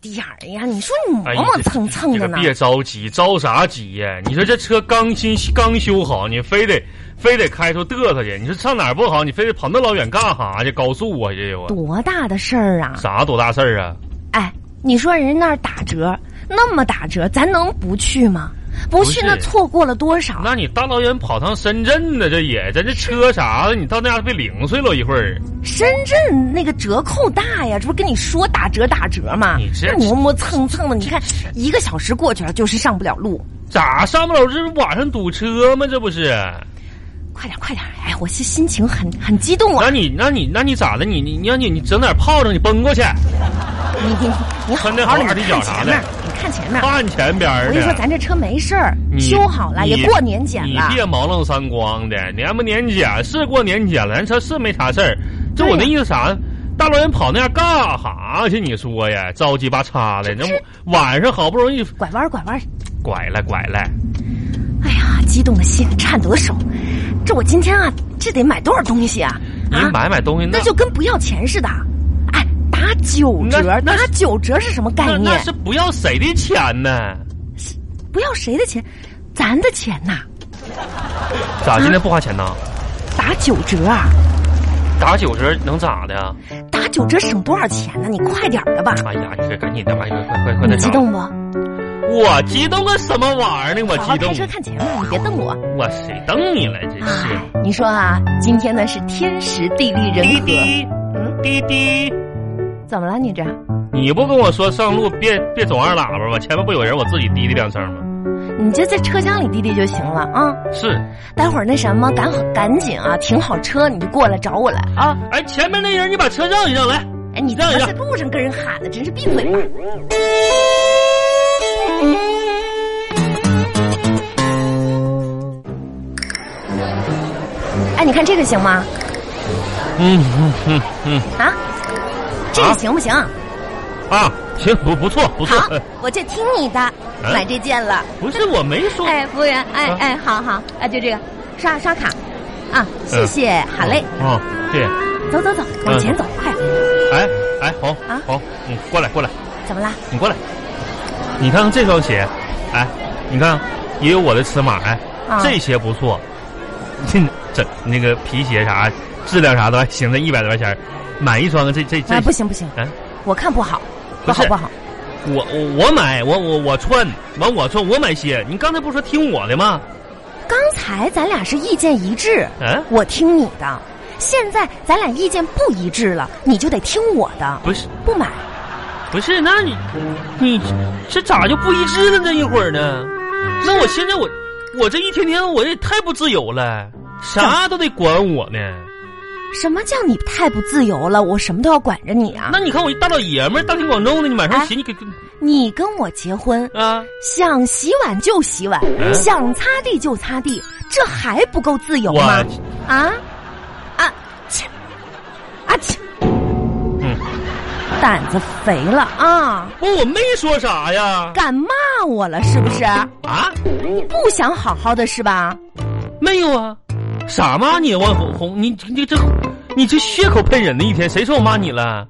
低眼儿呀？你说你磨磨蹭蹭哎这的个呢？别着急，着啥急呀？你说这车刚新刚修好，你非得非得开出嘚瑟去？你说上哪儿不好？你非得跑那老远干哈去？高速啊，这有啊？多大的事儿啊！啥多大事儿啊？哎，你说人那儿打折，那么打折，咱能不去吗？不去不是那错过了多少？那你大老远跑趟深圳呢？这也咱这车啥的，你到那家被零碎了一会儿。深圳那个折扣大呀，这不是跟你说打折打折吗你？这那磨磨蹭蹭的，你看一个小时过去了，就是上不了路。咋上不了？这不晚上堵车吗？这不是？快点，快点！哎，我是心情很很激动啊那！你那你那你咋的？你你你让你你整点炮仗，你崩 过去，你你你好穿那好的，花你里看脚啥前的面，你看前面。看前边儿我的。跟你说，咱这车没事儿，你修好了，你也过年检了你。别毛愣三光的，年不年检是过年检了，咱车是没啥事儿。这对呀我那意思啥？大老远跑那样干哈去？你说呀，着急巴叉的，那这晚上好不容易拐弯儿，拐弯儿！拐了拐啊了，哎呀，激动的心，颤抖的手。这我今天啊，这得买多少东西啊？你啊，买买东西那那就跟不要钱似的。哎，打九折那，那打九折是什么概那那念？是不要谁的钱呢？不要谁的钱，咱的钱呐、咋今天不花钱呢？打九折啊！打九折能咋的？啊打九折省多少钱呢？你快点儿的吧，哎呀，你这赶紧的吧，快快快快你那激啥！动不？我激动个什么玩意儿呢？我好好激动开！车看前面，你别瞪我。我谁瞪你了？真是。哎，你说啊，今天呢是天时地利人滴和，嗯 滴滴滴。怎么了你这？你不跟我说上路别别总按喇叭吗？前面不有人，我自己滴滴两声吗？你就在车厢里滴滴就行了啊。是，待会儿那什么，赶好赶紧啊，停好车你就过来找我来啊。哎，前面那人，你把车让一让来。哎，你怎让么一让在路上跟人喊呢？真是闭嘴吧！哎，你看这个行吗？嗯嗯嗯嗯啊，这个啊行不 行？啊，行，不不错不错好。呃，我就听你的，买这件了。不是我没说，哎，服务员，哎嗯啊哎，好好，啊，就这个，刷刷卡，啊，谢嗯谢，好嘞，啊，谢谢。走走走，往前走，快，哎哎，红啊红，嗯，过来过来，怎么啦？啊你过来，你看看这双鞋，哎，你看也有我的尺码，哎啊，这鞋不错， 这那个皮鞋啥质量啥的还行，这一百多块钱儿，买一双这这这哎，不行不行，哎我看不好，不不好是不好，我我我买我我我穿完我穿我买鞋，你刚才不说听我的吗？刚才咱俩是意见一致，嗯、我听你的，现在咱俩意见不一致了，你就得听我的，不是不买。不是，那你你这咋就不一致了呢？一会儿呢？那我现在我我这一天天我也太不自由了，啥都得管我呢。什么叫你太不自由了？我什么都要管着你啊那！你看我一大老爷们儿，大庭广众的，你买双鞋你给给你跟我结婚，啊？想洗碗就洗碗，嗯想擦地就擦地，这还不够自由我吗？啊啊切啊切，嗯，胆子肥了啊！不我没说啥呀敢骂我了是不是？啊？不想好好的是吧？没有啊，傻骂你万红红，你你这你这血口喷人的一天，谁说我骂你了？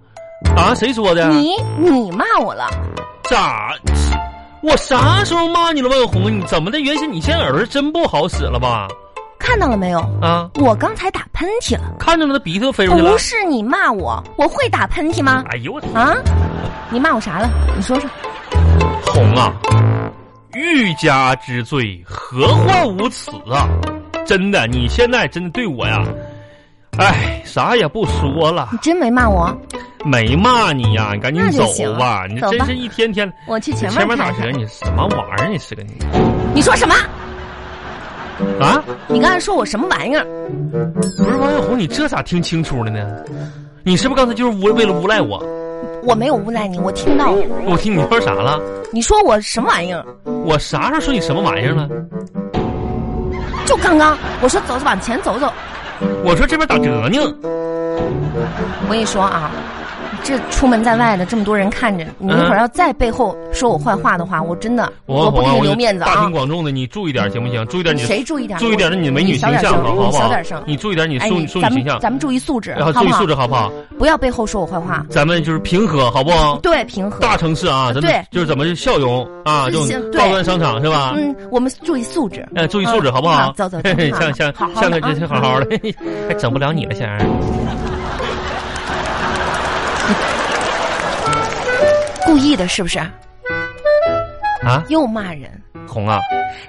啊？谁说的？你你骂我了，咋？我啥时候骂你了？万红，你怎么的？原先你现在耳朵真不好使了吧？看到了没有？啊，我刚才打喷嚏了，看着那鼻涕都飞出去了不。是你骂我，我会打喷嚏吗？哎呦我啊？你骂我啥了？你说说。红啊，欲加之罪，何患无辞啊！真的，你现在真的对我呀，哎，啥也不说了你，真没骂我，没骂你呀，你赶紧那就走行吧，你走吧真是一天天。我去前面前面打看看折，你什么玩意儿？你是个你你说什么？啊？你刚才说我什么玩意儿？不是王小红，你这咋听清楚了呢？你是不是刚才就是为为了诬赖我？我没有诬赖你，我听到了。我听你说啥了？你说我什么玩意儿？我啥时候说你什么玩意儿了？就刚刚我说走，往前走走。我说这边打折呢。我跟你说啊，这出门在外的这么多人看着，你一会儿要再背后说我坏话的话，我真的嗯我不给你我留面子大啊庭！广众的，你注意点行不行？注意点你谁注意点？注意点你美女形你小点象，声好你不小好点声？你注意点你哎，淑你淑咱女形们象，咱们注意素质，然好后注不意好素？质好不好？不要背后说我坏话，咱们就是平和，好不好？对，平和。大城市啊，咱们对就是怎么是笑容啊，这种行对高端商场是吧？嗯，我们注意素质。哎，注意素质嗯好不好？走走走嘿嘿走像像好好像的个真是啊好好的，还整不了你了，仙儿。故意的，是不是？啊，又骂人，红啊，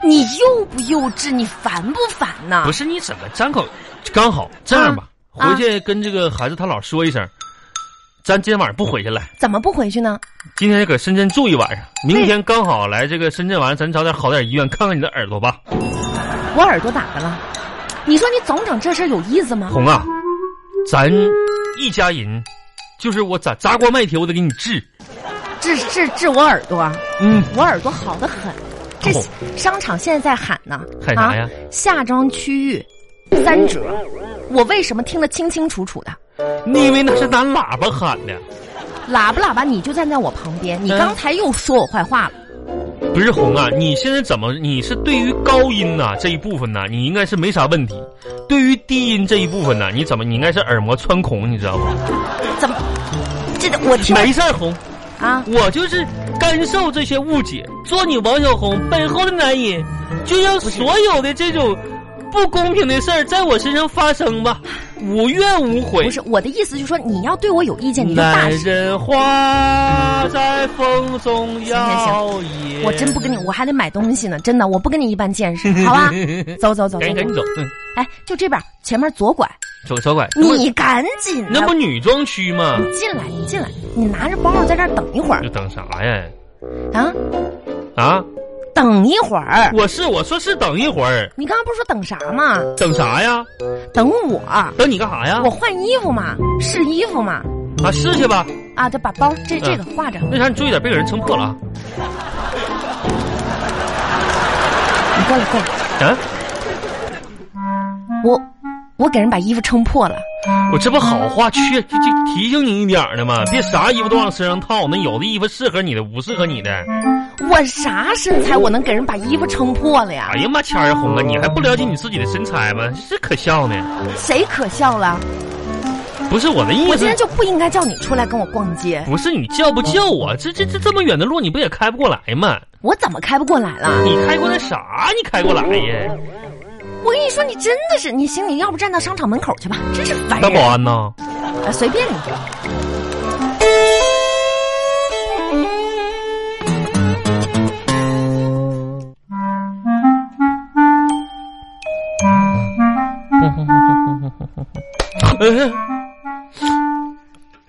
你幼不幼稚？你烦不烦呢不？是你怎么张口？刚好这样吧，啊回去跟这个孩子他姥说一声，咱今晚不回去了，怎么不回去呢？今天搁深圳住一晚上，明天刚好来这个深圳完，咱找点好点医院看看你的耳朵吧。我耳朵咋的了？你说你总整这事儿有意思吗？红啊，咱一家人，就是我咋砸锅卖铁我得给你治。治治治我耳朵，嗯，我耳朵好的很。这哦商场现在在喊呢，喊啥呀啊？夏装区域三折，我为什么听得清清楚楚的？你以为那是拿喇叭喊的？喇叭喇叭，你就站在我旁边，你嗯刚才又说我坏话了。不是红啊，你现在怎么？你是对于高音呐、这一部分呐、你应该是没啥问题。对于低音这一部分呢、你怎么？你应该是耳膜穿孔，你知道吗？怎么？这个我听没事儿，红，啊，我就是干受这些误解，做你王小红背后的男人，就让所有的这种不公平的事儿在我身上发生吧，无怨无悔。不是我的意思，就是说你要对我有意见，你就大男声。人花在风中摇曳。我真不跟你，我还得买东西呢，真的，我不跟你一般见识，好 吧？走走走走赶紧赶紧走，走，嗯，哎，就这边前面左拐，走小拐。你赶紧的那，不女装区吗？进来，你进来，你拿着包在这儿等一会儿就等啥呀？嗯啊，啊，等一会儿。我是我说是等一会儿，你刚刚不是说等啥吗？等啥呀？等我，等你干啥呀我？换衣服嘛，试衣服嘛。啊，试去吧。啊，这把包这这个嗯挂着，那啥，你注意点，别给人撑破了啊。你过来过来，啊，我我给人把衣服撑破了。我这不好话缺就就提醒你一点儿呢吗？别啥衣服都往身上套，那有的衣服适合你的，不适合你的。我啥身材，我能给人把衣服撑破了呀哎？呀妈，天儿红啊，你还不了解你自己的身材吗？这可笑呢。谁可笑了？不是我的意我今思天，就不应该叫你出来跟我逛街，不是你叫不叫我？这这这这么远的路，你不也开不过来吗？我怎么开不过来了？你开过来啥？你开过来呀？我跟你说，你真的是，你行，你要不站到商场门口去吧，真是烦当保人。安呢？啊，随便你。 哎，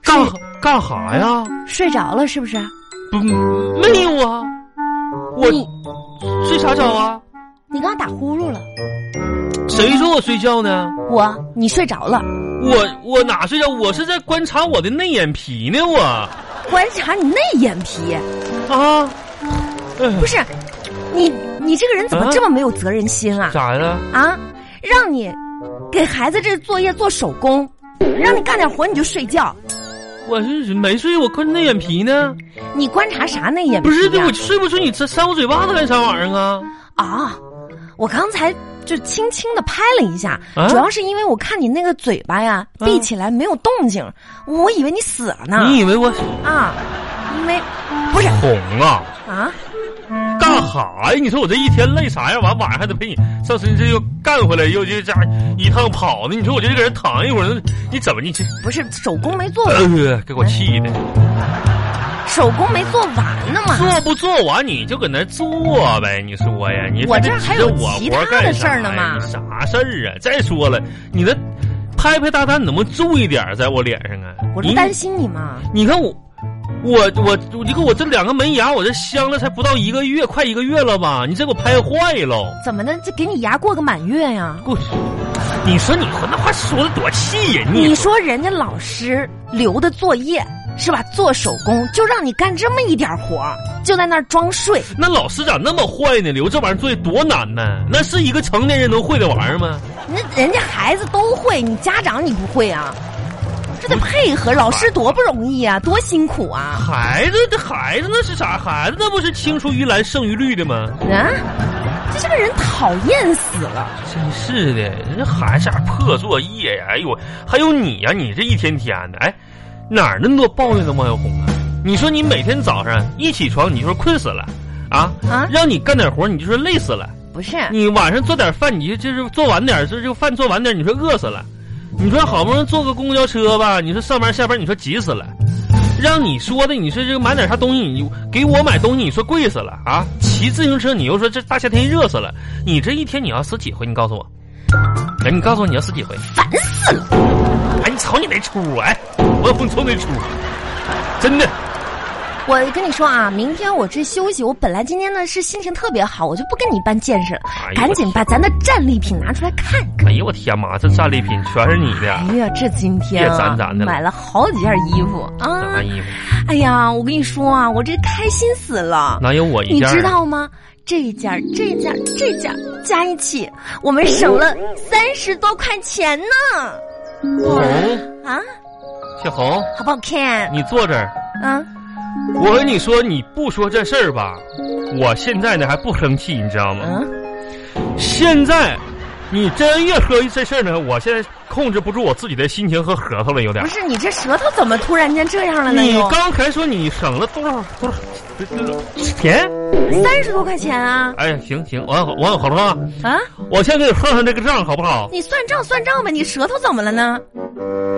干哈干哈呀？睡着了是不是？不，没有啊，我你睡啥着啊？你刚刚打呼噜了，谁说我睡觉呢？我你睡着了，我我哪睡觉？我是在观察我的内眼皮呢，我观察你内眼皮，啊，哎不，是，你你这个人怎么这么没有责任心啊？咋的？啊，让你给孩子这作业做手工，让你干点活你就睡觉，我是没睡，我看内眼皮呢。你观察啥内眼皮、不呀？是的，我睡不出你这扇我嘴巴子干啥玩意儿啊？啊，我刚才就轻轻的拍了一下，啊主要是因为我看你那个嘴巴呀啊闭起来没有动静，我以为你死了呢。你以为我啊，没，不是红啊？啊，干哈呀？你说我这一天累啥样？完晚上还得陪你上深圳又干回来，又就这样一趟跑呢。你说我就搁这躺一会儿，你怎么你这？不是手工没做完，呃，给我气的，手工没做完呢嘛。做不做完你就搁那做呗。你说呀，你我这还有其他的事儿呢嘛嘛？你啥事儿啊？再说了，你那拍拍打打，你能不能注意点儿在我脸上啊？我你是担心你嘛，你看我，我我我，你看我这两个门牙，我这镶了才不到一个月，快一个月了吧？你这给我拍坏喽！怎么的？这给你牙过个满月呀？给我，你说你那话说的多气人！你说人家老师留的作业是吧？做手工就让你干这么一点活儿，就在那儿装睡。那老师咋那么坏呢？留这玩意儿作业多难呢？那是一个成年人能会的玩意儿吗？那人家孩子都会，你家长你不会啊？这得配合老师多不容易啊，多辛苦啊！孩子，这孩子那是啥？孩子那不是青出于蓝胜于绿的吗？啊，这这个人讨厌死了！真是的，这孩子啥破作业呀？哎呦，还有你呀、你这一天天的，哎，哪儿那么多抱怨的王小红啊？你说你每天早上一起床，你就说困死了，啊啊让你干点活，你就说累死了。不是，你晚上做点饭，你就就是做晚点，这这个饭做晚点，你说饿死了。你说好不容易坐个公交车吧，你说上班下班，你说急死了。让你说的，你说这个买点啥东西，你给我买东西，你说贵死了啊！骑自行车，你又说这大夏天热死了。你这一天你要死几回？你告诉我，哎，你告诉我你要死几回？烦死了！哎，你瞅你那出啊！哎，我我瞅你那出，真的。我跟你说啊，明天我这休息，我本来今天呢是心情特别好，我就不跟你拌见识了，哎呦赶紧把咱的战利品拿出来看看。哎呦我天妈，这战利品全是你的啊！哎呀，这今天别啊，攒攒的了买了好几件衣服啊！拿衣服，哎呀，我跟你说啊，我这开心死了，哪有我一你件儿啊？知道吗？这一件、这件、这件加一起，我们省了三十多块钱呢！红，啊，小红，好不好看？你坐这儿。啊，我跟你说，你不说这事儿吧，我现在呢还不生气，你知道吗？嗯，现在，你真越说这事儿呢，我现在控制不住我自己的心情和核桃了，有点不。是你这舌头怎么突然间这样了呢？你又刚才说你省了多少多少多少钱？三十多块钱啊！哎呀，行行，王小王小红啊，啊，我先给你算算这个账好不好？你算账算账吧，你舌头怎么了呢？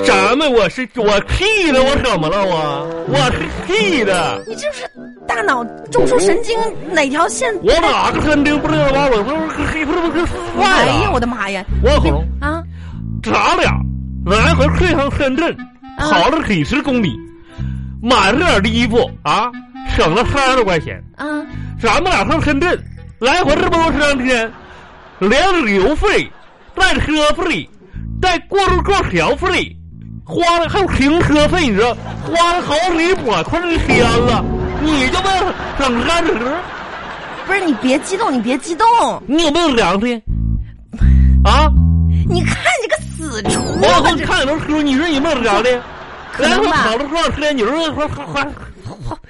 咱们我是我气的，我怎么了我？我是气的，你这不是大脑中枢神经哪条线？我哪个神经不知道把我我黑不不不坏哎了？呀，我的妈呀！王小红。啊，咱俩来回飞趟深圳，啊跑了几十公里，买了点衣服啊，省了三十多块钱。啊，咱们俩上深圳，来回这么多三天，连油费、带车费、带过路过桥费，花了还有停车费，你知道，花了好几百块钱了。你就为了整三十，不是你别激动，你别激动，你有没有良心？啊！你看你个死厨我子给你这看两头书，你说有没有良心？可能吧跑了多少天？你说花花花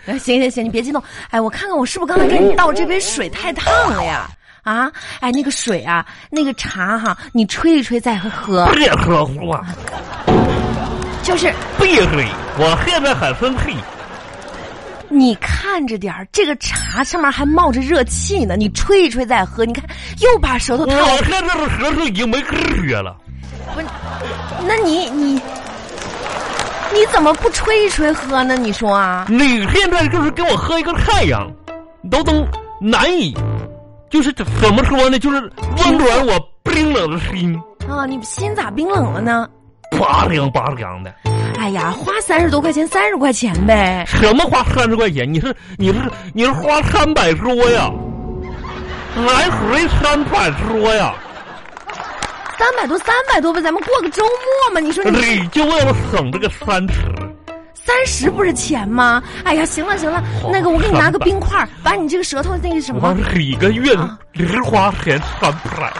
哎行行行，你别激动。哎，我看看我是不是刚才给你倒这杯水太烫了呀？啊，哎，那个水啊，那个茶哈，你吹一吹再喝，别喝话，就是别喝！我现在很生气，你看着点儿，这个茶上面还冒着热气呢，你吹一吹再喝。你看，又把舌头烫了。我现在的舌头已经没知觉了。不是，那你你你怎么不吹一吹喝呢？你说啊，你现在就是给我喝一个太阳，都都难以，就是怎么说呢？就是温暖我冰冷的心，啊，你心咋冰冷了呢？拔凉拔凉的。哎呀，花三十多块钱，三十块钱呗。什么花三十块钱？你是你是你是花三百多呀？来回三百多呀？三百多，三百多呗，咱们过个周末嘛。你说你你就为了省这个三十，三十不是钱吗？哎呀，行了行了，那个我给你拿个冰块儿，把你这个舌头那个什我么，是一个月啊零花钱三百，